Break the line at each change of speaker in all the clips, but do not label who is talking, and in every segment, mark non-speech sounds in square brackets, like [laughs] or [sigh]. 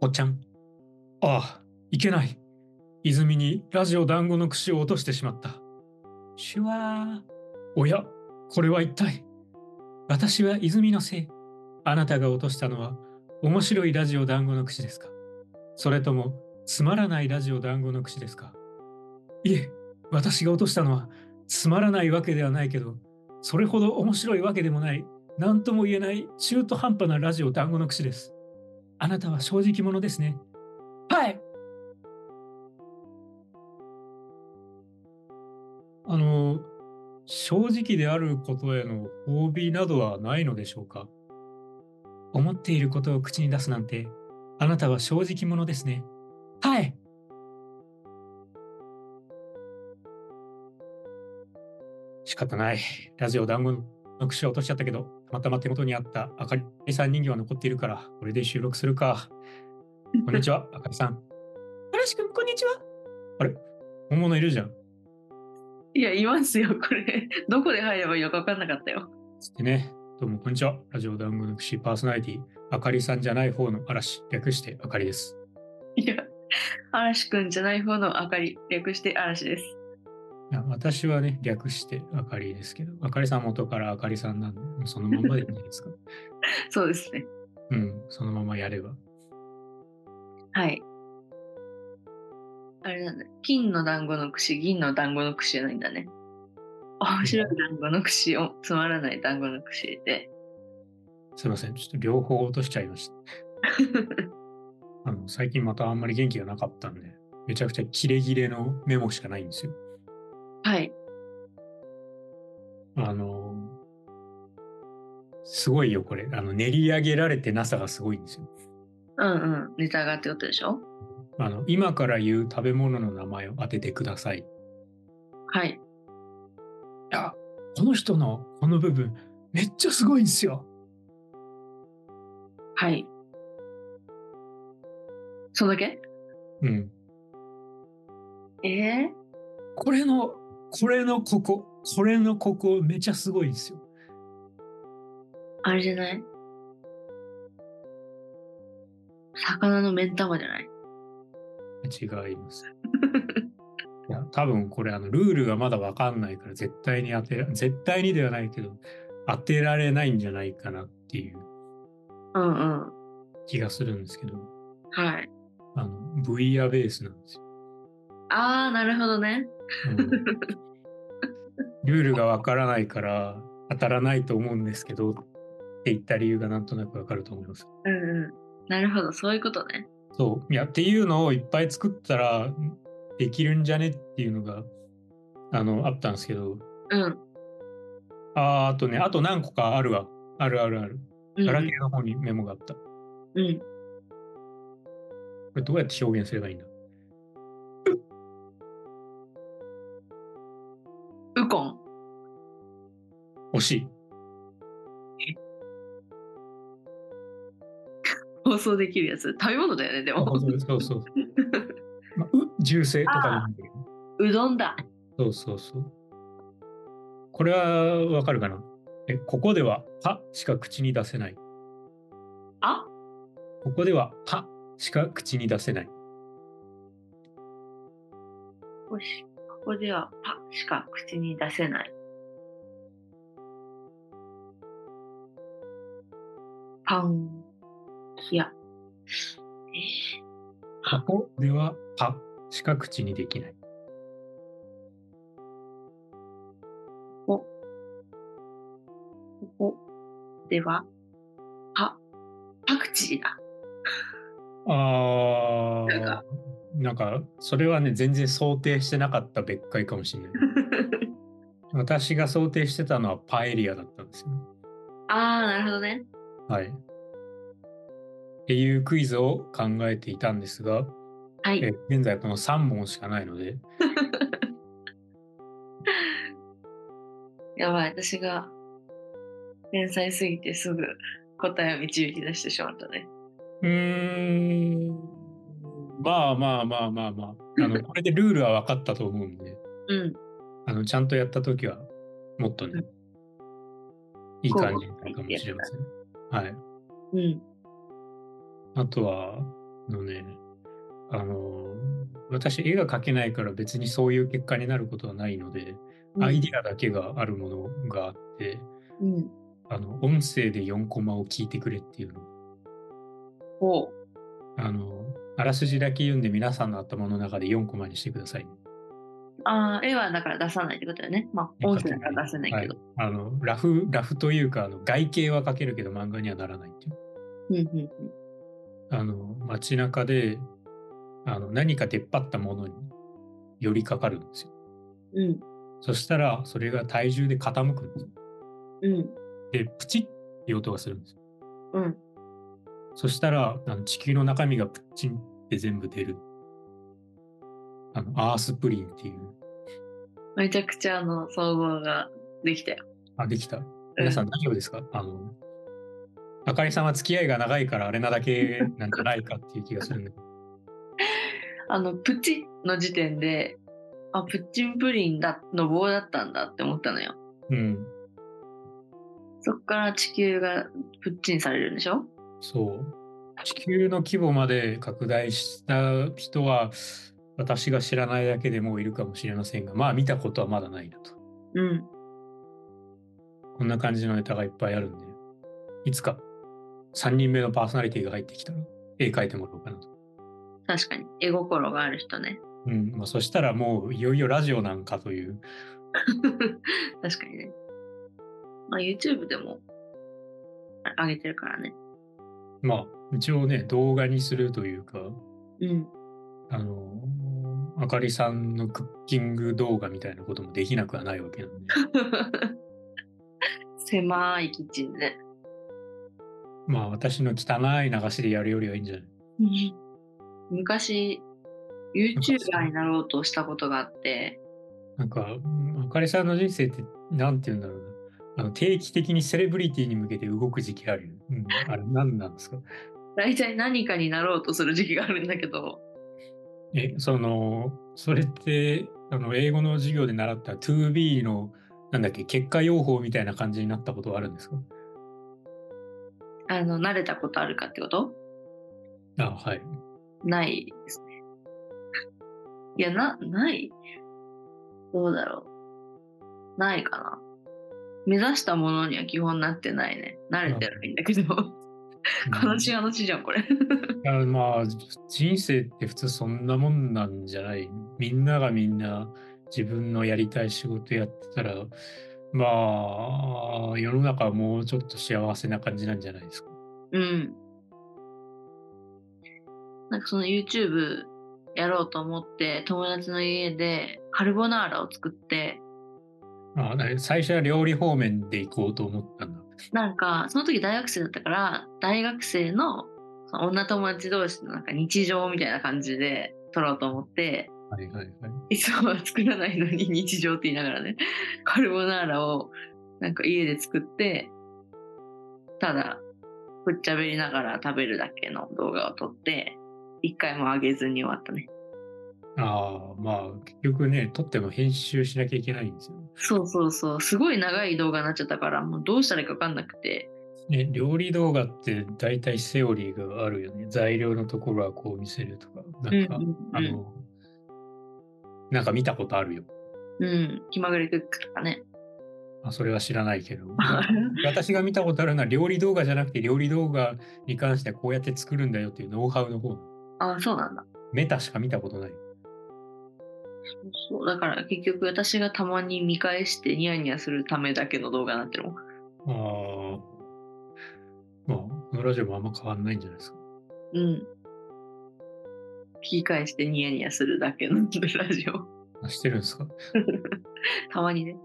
こちゃん。ああ、いけない。泉にラジオ団子の串を落としてしまった。シュワー。おや、これは一体。私は泉のせい。あなたが落としたのは面白いラジオ団子の串ですかそれともつまらないラジオ団子の串ですかいえ、私が落としたのはつまらないわけではないけど、それほど面白いわけでもない、何とも言えない中途半端なラジオ団子の串です。あなたは正直者ですね。はいあの、正直であることへの褒美などはないのでしょうか思っていることを口に出すなんて、あなたは正直者ですね。はい仕方ない。ラジオ団子の串を落としちゃったけど、たまたま手元にあったあかりさん人形は残っているから、これで収録するか。こんにちは、あかりさん。
しくん、こんにちは。
本物いるじゃん。
いや、いますよ、これ。 [laughs] どこで入ればいいのか分かんなかったよ。
つってね。どうも、こんにちは。ラジオ団子の串パーソナリティ、あかりさんじゃない方の嵐、略してあかりです。
いや、嵐くんじゃない方の明かり、略して嵐です。
いや私はね、略してあかりですけど、あかりさん元からあかりさんなんで、もうそのまんまでいいんじゃないですか。
そうですね。
うん、そのままやれば。
はい。あれなんだ。金の団子の串、銀の団子の串じゃないんだね。面白い団子の串を、つまらない団子の串で。 [laughs]
すいません、ちょっと両方落としちゃいました。あの最近またあんまり元気がなかったんで、めちゃくちゃキレキレのメモしかないんですよ。
はい。
あの、すごいよ、これ。あの練り上げられてなさがすごいんですよ。
うんうん。ネタがってことでしょ
あの今から言う食べ物の名前を当ててください。い
はい。
や、この人のこの部分、めっちゃすごいんですよ。
はい。そんだけ
うん。
ええ
これの、これのここ、これのここ、めちゃすごいんですよ。
あれじゃない魚の目ん玉じゃない
[laughs] 違います。いや、多分これ、あの、ルールがまだわかんないから、絶対に当てら、絶対にではないけど、当てられないんじゃないかなっていう
うんうん。
気がするんですけど、
はい。
あの、ブイヤベースなんですよ。
ああ、なるほどね。
うん
[laughs]
ルールがわからないから、当たらないと思うんですけど、って言った理由がなんとなくわかると思います。
うんうん。なるほど、そういうことね。
そう。いや、っていうのをいっぱい作ったら、できるんじゃねっていうのが、あの、あったんですけど、
うん。
あーあとね、あと何個かあるわ。あるあるある。
うん
ガラケーの方にメモがあった。こ
うん。
れどうやって表現すればいいんだ
ウコン。
惜しい。
放送できるやつ。食べ物だよね、でも。
そうそう。まあ、う、銃声とかでもいいんだけど
[laughs] うどんだ。
そうそうそう。これはわかるかなえ、ここでは、はしか口に出せない。
あ
ここでは、はしか口に出せない。
よし。ここでは、パしか口に出せない。パン、キア。え
ここでは、はしか口にできない。
ー、ここでは、パ、パクチーだ。 [laughs]
あ
なん
ー
か、
なんか、それはね、全然想定してなかった別解かもしれ
[laughs]
ない。私が想定してたのはパエリアだったんですよね。
ああ、なるほどね。
はい。っていうクイズを考えていたんですが、
はい。
え現在この3問しかないので、
やばい、私が天才すぎてすぐ答えを導き出してしまったね。
うーん、まあまあまあまあまあ、あのこれでルールは分かったと思うんで、
うん。
あのちゃんとやったときは、もっとね、いい感じになるかもしれません。はい。
うん。
あとは、のね、あの、私絵が描けないから別にそういう結果になることはないので、アイディアだけがあるものがあって、
うん。
あの、音声で4コマを聞いてくれっていうの。
お
あの、あらすじだけ読んで皆さんの頭の中で4コマにしてください。
ああ、絵はだから出さないってことだよね。まあ、音声だから出せないけど。
あの、ラフ、ラフというか、あの外形は描けるけど漫画にはならないっていう。
うんうん
あの、街中で、あの、何か出っ張ったものに寄りかかるんですよ。
うん。
そしたら、それが体重で傾くんですよ。
うん。
で、プチッっていう音がするんですよ。
うん。
そしたら、あの地球の中身がプチンって全部出る。あの、アースプリンっていう。
めちゃくちゃあの、総合ができたよ。
あ、できた。皆さん大丈夫ですか、あの、あかりさんは付き合いが長いからあれなだけなんじゃないかっていう気がするんだけど。
あの、プチの時点で、あ、プッチンプリンだ、の棒だったんだって思ったのよ。
うん。
そっから地球がプッチンされるんでしょ
そう。地球の規模まで拡大した人は、私が知らないだけでもういるかもしれませんが、まあ見たことはまだないなと。
うん。
こんな感じのネタがいっぱいあるんで、いつか3人目のパーソナリティが入ってきたら、絵描いてもらおうかなと。
確かに。絵心がある人ね。 [laughs]
うん。まあ、そしたらもういよいよラジオなんかという、
確かにね。まあ、YouTube でもあ上げてるからね。
まあ、一応ね、動画にするというか、
うん。
あの、あかりさんのクッキング動画みたいなこともできなくはないわけなんで、
[laughs] 狭いキッチンでね。
まあ私の汚い流しでやるよりはいいんじゃない
昔、YouTuber になろうとしたことがあって、
なんか、うんあかりさんの人生って、なんて言うんだろうな。あの定期的にセレブリティに向けて動く時期あるよ。うん、あれ、何なんですか
大体何かになろうとする時期があるんだけど、
え、その、それって、あの、英語の授業で習った 2B の、なんだっけ、結果用法みたいな感じになったことはあるんですか
あの、慣れたことあるかってこと
あ、はい。
ないですね。いや、な、ないどうだろう。ないかな。目指したものには基本なってないね。慣れてるいいんだけど。 [laughs] 悲しい話じゃん、これ。
いやまあ人生って普通そんなもんなんじゃないみんながみんな自分のやりたい仕事やってたらまあ世の中はもうちょっと幸せな感じなんじゃないですか
うん。なんかその YouTube やろうと思って、友達の家でカルボナーラを作って、
あな最初は料理方面で行こうと思ったんだ
なんか、その時大学生だったから、大学生のその女友達同士のなんか日常みたいな感じで撮ろうと思って、
はいはいはい
いつもは作らないのに [laughs] 日常って言いながらね、カルボナーラをなんか家で作って、ただ、ぶっちゃべりながら食べるだけの動画を撮って、一回も上げずに終わったね。
ああまあ結局ね撮っても編集しなきゃいけないんですよ
そうそうそう、すごい長い動画になっちゃったから、もうどうしたらいいか分かんなくて、
ね料理動画って大体セオリーがあるよね材料のところはこう見せるとかなんか、あ
うん
のなんか見たことあるよ
うん、うん、気まぐれクックとかね。
あそれは知らないけ [laughs] ど私が見たことあるのは料理動画じゃなくて料理動画に関してはこうやって作るんだよっていうノウハウの方
ああ、そうなんだ。
メタしか見たことない
そうだから結局私がたまに見返してニヤニヤするためだけの動画になってるもん。
あーまあこのラジオもあんま変わんないんじゃないですか
うん。聞き返してニヤニヤするだけのラジ [laughs] オ。
あしてるんですか
たまにね。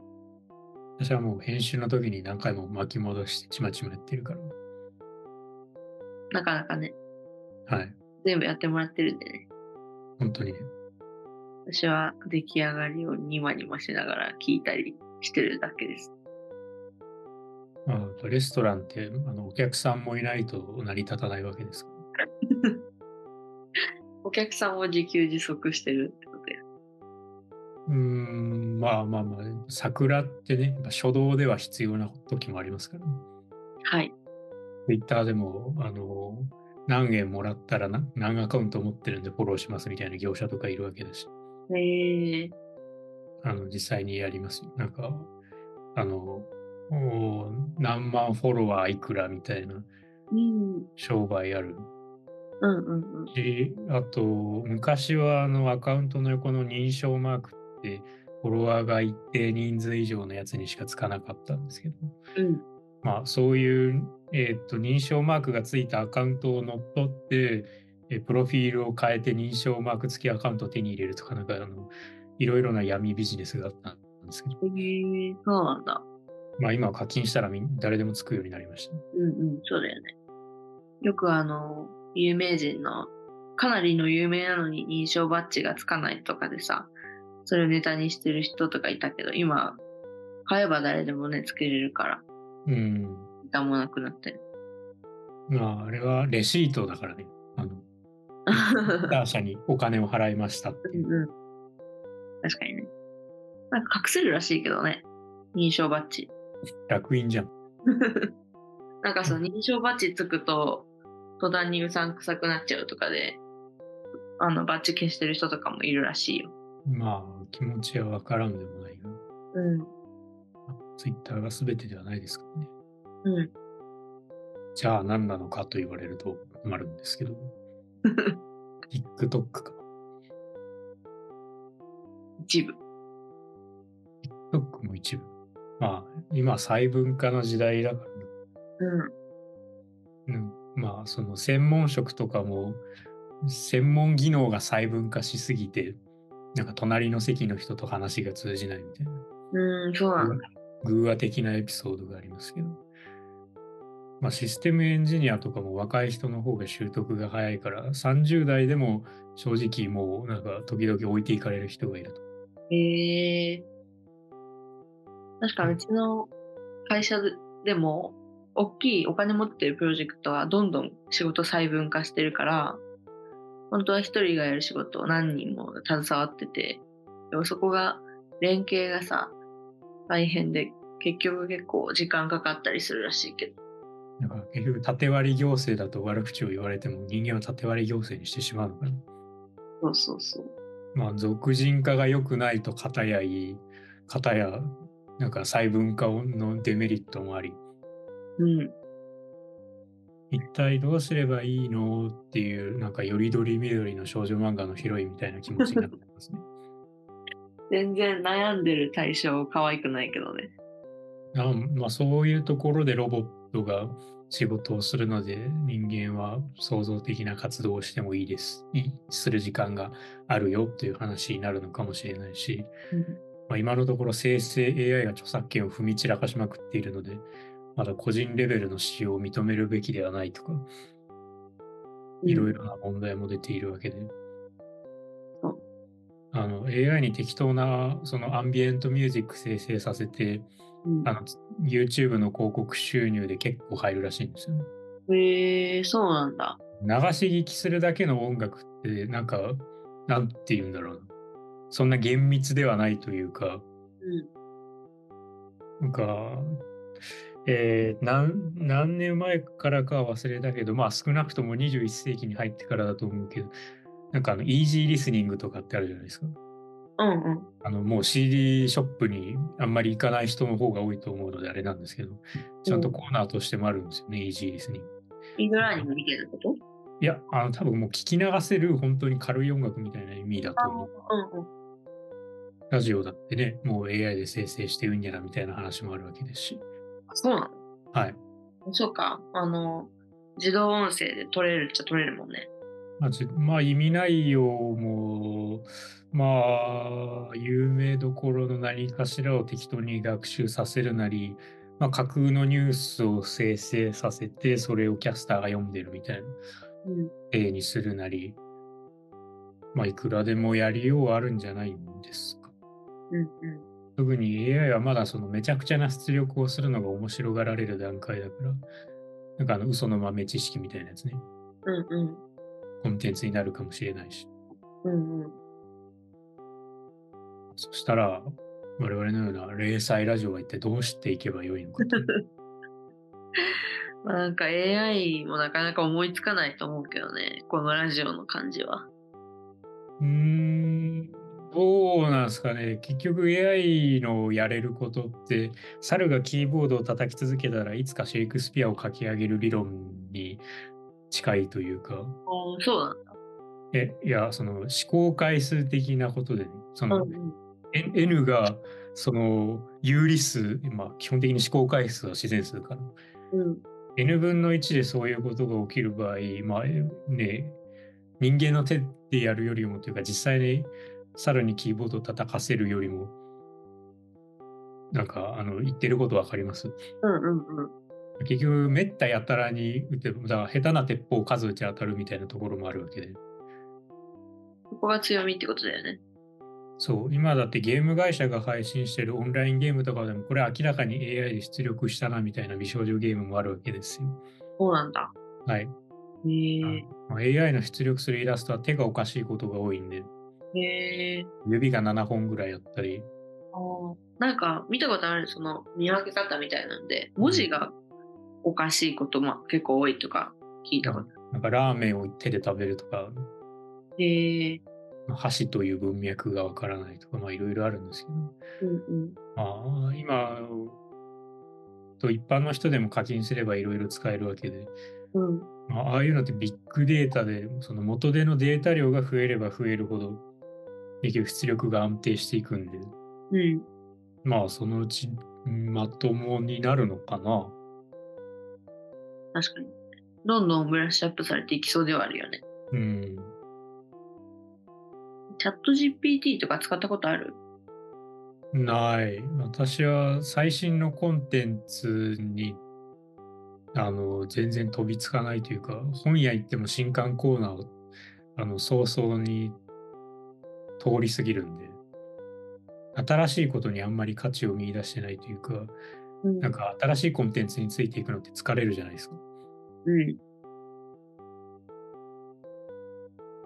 私はもう編集の時に何回も巻き戻してちまちまやってるか
なかなかね、
らはい
全部やってもらってるんでね。
本当にね
私は出来上がりをニマニマしながら聞いたりしてるだけです。
あやっぱレストランってあのお客さんもいないと成り立たないわけですから
お客さんも自給自足してるってことや。
うーんまあまあまあ桜ってねやっぱ初動では必要な時もありますからね
はい。
ツイッターでも、あの、何円もらったらな何アカウント持ってるんでフォローしますみたいな業者とかいるわけだし、
へえ
あの、実際にやりますよ。なんか、あの、おー何万フォロワーいくらみたいな
うん
商売ある
うんうんうん。
し、あと、昔はあのアカウントの横の認証マークって、フォロワーが一定人数以上のやつにしかつかなかったんですけど、
うん
まあ、そういう、えーっと認証マークがついたアカウントを乗っ取って、えープロフィールを変えて認証マーク付きアカウントを手に入れるとか、なんかあのいろいろな闇ビジネスがあったんですけど、
へえそうなんだ。
まあ、今は課金したらみん誰でもつくようになりましたね。
うんうん、そうだよね。よくあの、有名人の、かなりの有名なのに認証バッジがつかないとかでさ、それをネタにしてる人とかいたけど、今、買えば誰でもね、つけれるから、
うん。
ネタもなくなってる。
まあ、あれはレシートだからね。あの、
う
ダーシャにお金を払いましたっていうん
うん確かにね。なんか隠せるらしいけどね、認証バッジ。 [laughs]
楽印じゃん。
なんかその認証バッジつくと、途端にうさんくさくなっちゃうとかで、あの、バッジ消してる人とかもいるらしいよ。
まあ、気持ちはわからんでもないが、
うん。
ツイッターが全てではないですからね。
うん。
じゃあ何なのかと言われると困るんですけど、TikTok か。
[laughs] 一部。
TikTok も一部。まあ、今、細分化の時代だから、
うん。
うん、まあ、その専門職とかも、専門技能が細分化しすぎて、なんか隣の席の人と話が通じないみたいな。
うん、そうなんだ。
偶話的なエピソードがありますけど、まあ、システムエンジニアとかも若い人の方が習得が早いから30代でも正直もうなんか時々置いていかれる人がいると。
へえ確かうちの会社でも、大きいお金持ってるプロジェクトはどんどん仕事細分化してるから、本当は一人がやる仕事を何人も携わってて、でもそこが、連携がさ、大変で、結局結構時間かかったりするらしいけど。
なんか結局縦割り行政だと悪口を言われても人間は縦割り行政にしてしまうのかな。
そうそうそう。
まあ俗人化が良くないと片やいい、片やなんか細分化のデメリットもあり、
うん。
一体どうすればいいのっていうなんかよりどりみどりの少女漫画のヒロインみたいな気持ちになってますね。
全然悩んでる対象可愛くないけどね。
あまあ、そういうところでロボットが仕事をするので人間は創造的な活動をしてもいいですいする時間があるよという話になるのかもしれないし、まあ、今のところ生成 AI が著作権を踏み散らかしまくっているのでまだ個人レベルの使用を認めるべきではないとかいろいろな問題も出ているわけで、
そう
あの AI に適当なそのアンビエントミュージック生成させて
うん。
あの YouTube の広告収入で結構入るらしいんですよね。
へえそうなんだ。
流し聞きするだけの音楽ってなんかなんて言うんだろうなそんな厳密ではないというか
うん。
なんか、えー何何年前からかは忘れたけどまあ少なくとも21世紀に入ってからだと思うけどなんかあのイージーリスニングとかってあるじゃないですか。
うんうん。
あのもう CD ショップにあんまり行かない人の方が多いと思うのであれなんですけどちゃんとコーナーとしてもあるんですよね、イージーリスニング。
イグラインの見てること
いや、あの、多分もう聞き流せる本当に軽い音楽みたいな意味だと思う。
うんうん。
ラジオだってね、もう AI で生成してうんやらみたいな話もあるわけですし。
そうな
はい。
のそうか。あの、自動音声で撮れるっちゃ撮れるもんね。
まあ、じまあ、意味内容も、まあ、有名どころの何かしらを適当に学習させるなり、まあ、架空のニュースを生成させて、それをキャスターが読んでるみたいな
うん。
絵にするなり、まあ、いくらでもやりようはあるんじゃないんですか。
うん
特に AI はまだそのめちゃくちゃな出力をするのが面白がられる段階だから、なんかあの嘘の豆知識みたいなやつね、
うん。うんうん。
コンテンツになるかもしれないし、
うんうん。
そしたら我々
[laughs]
のような零細ラジオは一体どうしていけばよいのかという
まあなんか AI もなかなか思いつかないと思うけどね、このラジオの感じは。
うーん、どうなんですかね。結局 AI のやれることって、猿がキーボードを叩き続けたらいつかシェイクスピアを書き上げる理論に近いというか、
おそうなんだ。
えいや、その思考回数的なことでね、その、
うん、
N, N がその有理数、まあ、基本的に思考回数は自然数から。
うん、
N 分の1でそういうことが起きる場合、まあえね、人間の手でやるよりもというか実際に猿にキーボードを叩かせるよりもなんかあの言ってること分かります
うん、うん、うん。
結局めったやたらに打てだから下手な鉄砲を数打ち当たるみたいなところもあるわけで
そこが強みってことだよね。
そう今だってゲーム会社が配信してるオンラインゲームとかでもこれ明らかに AI で出力したなみたいな美少女ゲームもあるわけですよ
そうなんだ。
はい、
へ
まあ AI の出力するイラストは手がおかしいことが多いんで
え。へえ。
指が7本ぐらいあったり、
あーなんか見たことある、その見分け方みたいなんで、文字がおかしいことも結構多いとか聞いたことあ
なんかラーメンを手で食べるとか、
る。へえ。
箸という文脈がわからないとか、まあいろいろあるんですけど、
うんうん。
まあ今、と一般の人でも課金すればいろいろ使えるわけで、
うん、
まあああいうのってビッグデータで、その元でのデータ量が増えれば増えるほど、結局出力が安定していくんで、
うん、
まあそのうちうんまともになるのかな。
確かに。どんどんブラッシュアップされていきそうではあるよね。
うん。
チャット GPT とか使ったことある
ない。私は最新のコンテンツにあの全然飛びつかないというか、本屋行っても新刊コーナーをあの早々に通り過ぎるんで、新しいことにあんまり価値を見出してないというか、
うん
なんか新しいコンテンツについていくのって疲れるじゃないですか。
うん。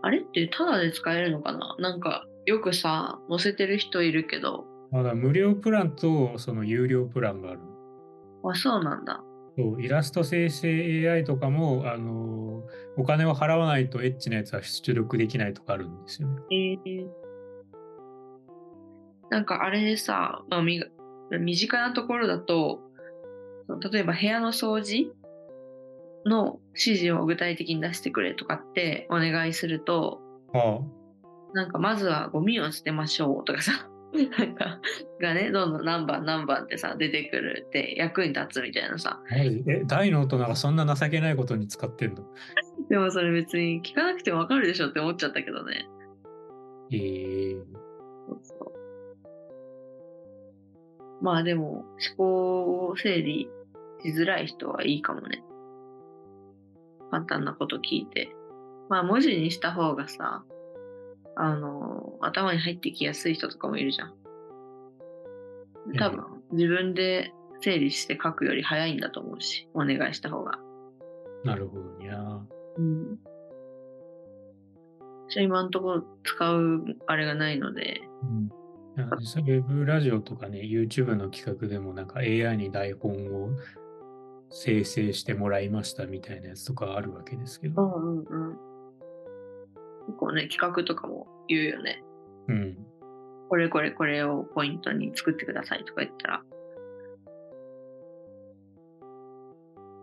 あれってただで使えるのかななんかよくさ、載せてる人いるけど、
まだ無料プランとその有料プランがある。
あ、そうなんだ。
そうイラスト生成 AI とかも、あのお金を払わないとエッチなやつは出力できないとかあるんですよね。
えーなんかあれでさ、まあ、み身近なところだと、その例えば部屋の掃除の指示を具体的に出してくれとかってお願いすると、
あ
なんかまずはゴミを捨てましょうとかさ、 [laughs] なんか、がね、どんどん何番何番ってさ、出てくるって役に立つみたいなさ。
あえ大の大人がそんな情けないことに使ってんの
でもそれ別に聞かなくてもわかるでしょって思っちゃったけどね。
えー、
そうそうまあでも、思考を整理しづらい人はいいかもね。簡単なこと聞いて。まあ文字にした方がさ、あの、頭に入ってきやすい人とかもいるじゃん。多分、自分で整理して書くより早いんだと思うし、お願いした方が。
なるほどにゃ。
うん。じゃあ今のところ使うあれがないので、
うんいや実際ウェブラジオとかね、YouTube の企画でもなんか AI に台本を生成してもらいましたみたいなやつとかあるわけですけど、
んうんうん。結構ね、企画とかも言うよね。
うん、
これこれこれをポイントに作ってくださいとか言ったら。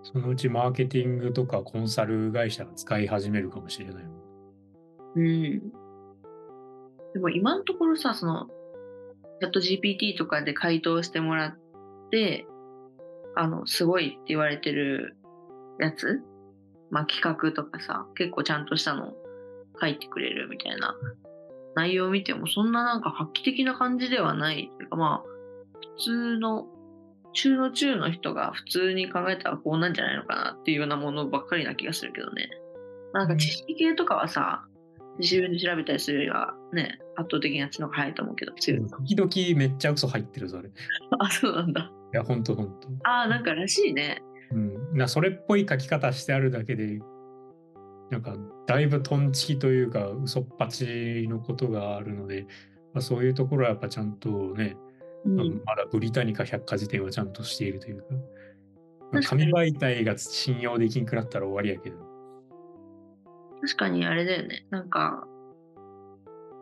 そのうちマーケティングとかコンサル会社が使い始めるかもしれないもん。
うん。でも今のところさ、その、チャット GPT とかで回答してもらって、あの、すごいって言われてるやつ、まあ、企画とかさ、結構ちゃんとしたの書いてくれるみたいな内容を見ても、そんななんか画期的な感じではない。てかまあ、普通の、中の中の人が普通に考えたらこうなんじゃないのかなっていうようなものばっかりな気がするけどね。まあなんか知識系とかはさ、自分で調べたりするよりはね、圧倒的にあっちの方が早いと思うけど、強い。
時々めっちゃ嘘入ってるぞ、あれ。い
[laughs] あ、そうなんだ。
や、ほんとほんと。
ああ、なんからしいね。
うん、なそれっぽい書き方してあるだけでなんかだいぶトンチキというか嘘っぱちのことがあるので、まあ、そういうところはやっぱちゃんとね、
う
あの。まだブリタニカ百科事典はちゃんとしているというかまあ
確かに
紙媒体が信用できんくなったら終わりやけど。
確かにあれだよね。なんか、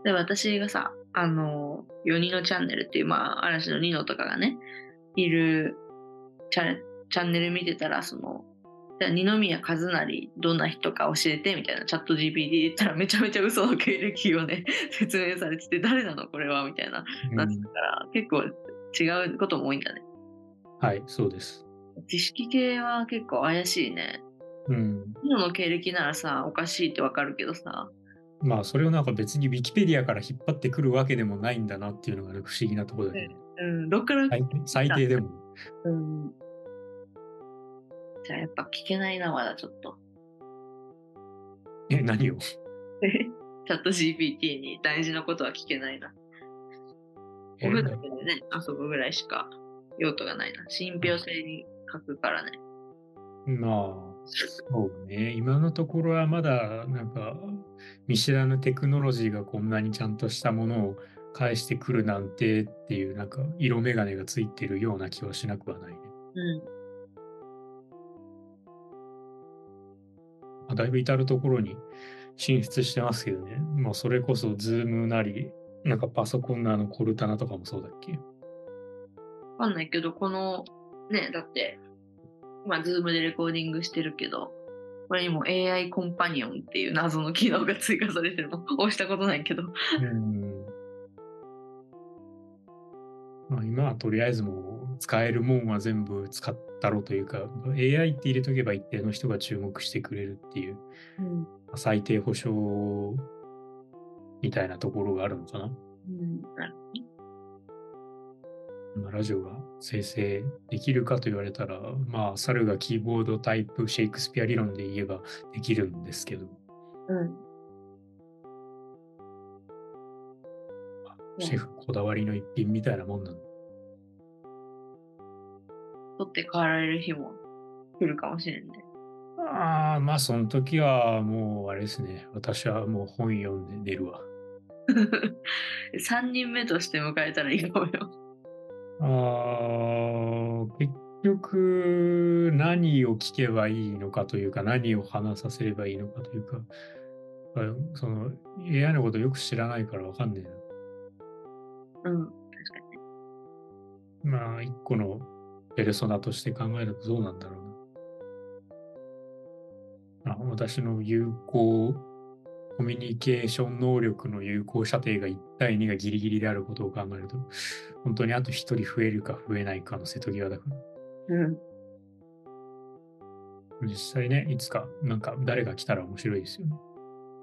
で私がさ、あの、ヨニのチャンネルっていう、まあ、嵐のニノとかがね、いるチャチャンネル見てたら、その、じゃあ二宮和也どんな人か教えてみたいなチャット GPT で言ったらめちゃめちゃ嘘の経歴をね [laughs] 説明されてて誰なのこれはみたいななってたから、結構違うことも多いんだね
はい、そうです。
知識系は結構怪しいね
うん。
ニノの経歴ならさおかしいってわかるけどさ
まあ、それをなんか別に Wikipedia から引っ張ってくるわけでもないんだなっていうのがね不思議なところだけど、
うんどっから
最低最低でも。
うんじゃあやっぱ聞けないな、まだちょっと。 [laughs]
え、何を
チャット GPT に大事なことは聞けないな。お風呂でね、遊ぶぐらいしか用途がないな。信憑性に書くからね。
まあ、そうね。今のところはまだ、なんか、見知らぬテクノロジーがこんなにちゃんとしたものを返してくるなんてっていう、なんか、色眼鏡がついてるような気はしなくはないね。
うん。
まあ、だいぶ至るところに進出してますけどね。まあ、それこそ、ズームなり、なんかパソコンのあのコルタナとかもそうだっけ
わかんないけど、この、ね、だって、まあ、ズームでレコーディングしてるけど、これにも AI コンパニオンっていう謎の機能が追加されてるの。押したことないけど。
うんまあ、今はとりあえずもう使えるもんは全部使ったろというか AI って入れとけば一定の人が注目してくれるっていう
うん。
最低保障みたいなところがあるのかな。
うん。
まあラジオが生成できるかと言われたらまあ猿がキーボードタイプシェイクスピア理論で言えばできるんですけど
うん。
シェフこだわりの一品みたいなもんなの。
取って代わられる日も来るかもしれんね。
ああまあその時はもうあれですね私はもう本読んで寝るわ。
3人目として迎えたらいいかもよ。
あー結局何を聞けばいいのかというか何を話させればいいのかというかあその AI のことよく知らないからわかんねえ
うん。
な。まあ一個のペルソナとして考えるとどうなんだろうな。あ私の有効コミュニケーション能力の有効射程が1対2がギリギリであることを考えると本当にあと1人増えるか増えないかの瀬戸際だから。
うん。
実際ね、いつか、なんか誰が来たら面白いですよね。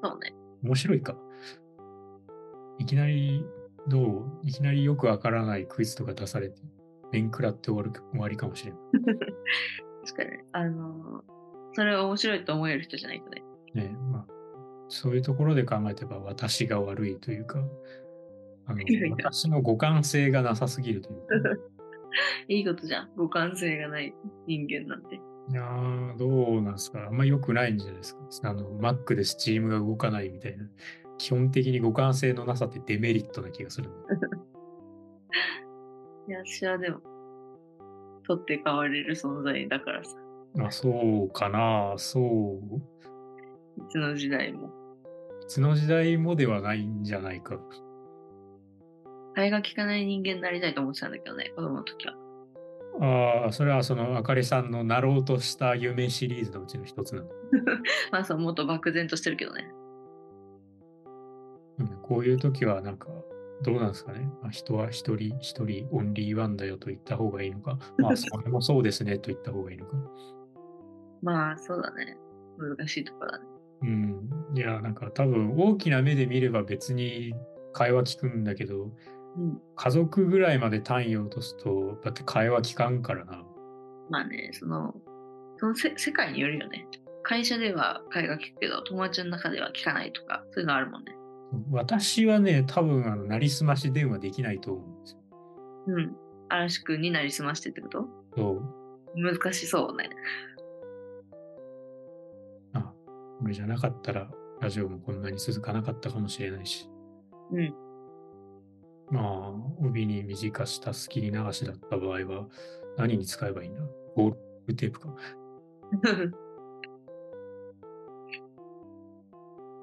そうね。
面白いか。いきなり、どういきなりよくわからないクイズとか出されて、面食らって終わる終わりかもしれ
確かに。あのーそれは面白いと思える人じゃないとね。
ない。ねまあ、そういうところで考えてば、私が悪いというか、あの
[laughs] いやいや
私の互換性がなさすぎるというか。
[laughs] いいことじゃん。互換性がない人間なんて。
いやーどうなんですかあんま良くないんじゃないですかあの、Mac で Steam が動かないみたいな。基本的に互換性のなさってデメリットな気がするんだよね
いや、私はでも、取って代われる存在だからさ。
あそうかな、そう。
いつの時代も。
いつの時代もではないんじゃないか。
替えが利かない人間になりたいと思ってたんだけどね、子供の時は。
ああ、それはそのあかりさんのなろうとした夢シリーズのうちの一つなの。
まあそう、もっと漠然としてるけどね。
うんこういう時はなんか、どうなんですかね。まあ、人は一人一人オンリーワンだよと言った方がいいのか、まあ、それもそうですねと言った方がいいのか。
まあそうだね。難しいところだね。
うん。いや、なんか多分大きな目で見れば別に会話聞くんだけど、
うん。
家族ぐらいまで単位を落とすと、だって会話聞かんからな。
まあね、その、そのせ世界によるよね。会社では会が聞くけど、友達の中では聞かないとか、そういうのあるもんね。
私はね、多分あの、なりすまし電話できないと思うんですよ。
うん。嵐くんになりすましてってこと
そう
難しそうね。 [laughs]
あ、これじゃなかったら、ラジオもこんなに続かなかったかもしれないし。
うん。
まあ、帯に短したスキリ流しだった場合は、何に使えばいいんだゴーグテープか。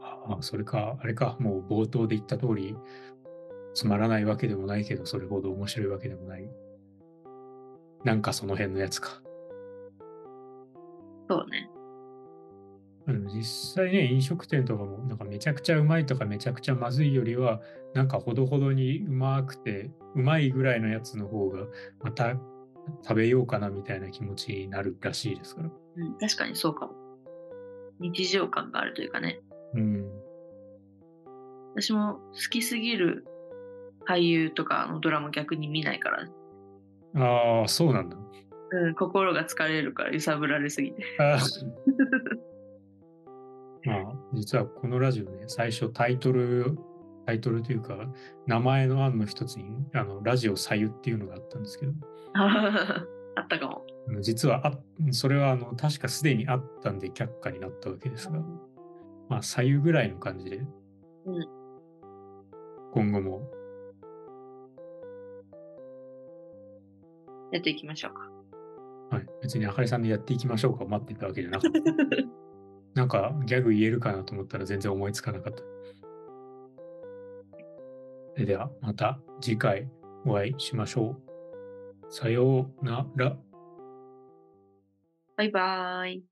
ああ、それか、あれか、もう冒頭で言った通り、つまらないわけでもないけど、それほど面白いわけでもない。なんかその辺のやつか。
そうね。
うん実際ね、飲食店とかも、なんかめちゃくちゃうまいとかめちゃくちゃまずいよりは、なんかほどほどにうまくて、うまいぐらいのやつの方が、また食べようかなみたいな気持ちになるらしいですから。
うん、確かにそうかも。日常感があるというかね。
うん。
私も好きすぎる俳優とかのドラマ逆に見ないから、
ああ、そうなんだ。
うん、心が疲れるから揺さぶられすぎて。 [laughs]
[laughs] あーまあ、実はこのラジオね、最初タイトル、タイトルというか、名前の案の一つに、あの、ラジオさゆっていうのがあったんですけど、
あったかも。
あの実はあ、それはあの、確かすでにあったんで却下になったわけですが、まあ、さゆぐらいの感じで、今後も、
やっていきましょうか。
はい、別にあかりさんでやっていきましょうかを待ってたわけじゃなかった。なんかギャグ言えるかなと思ったら全然思いつかなかった。それではまた次回お会いしましょう。さようなら。
バイバーイ。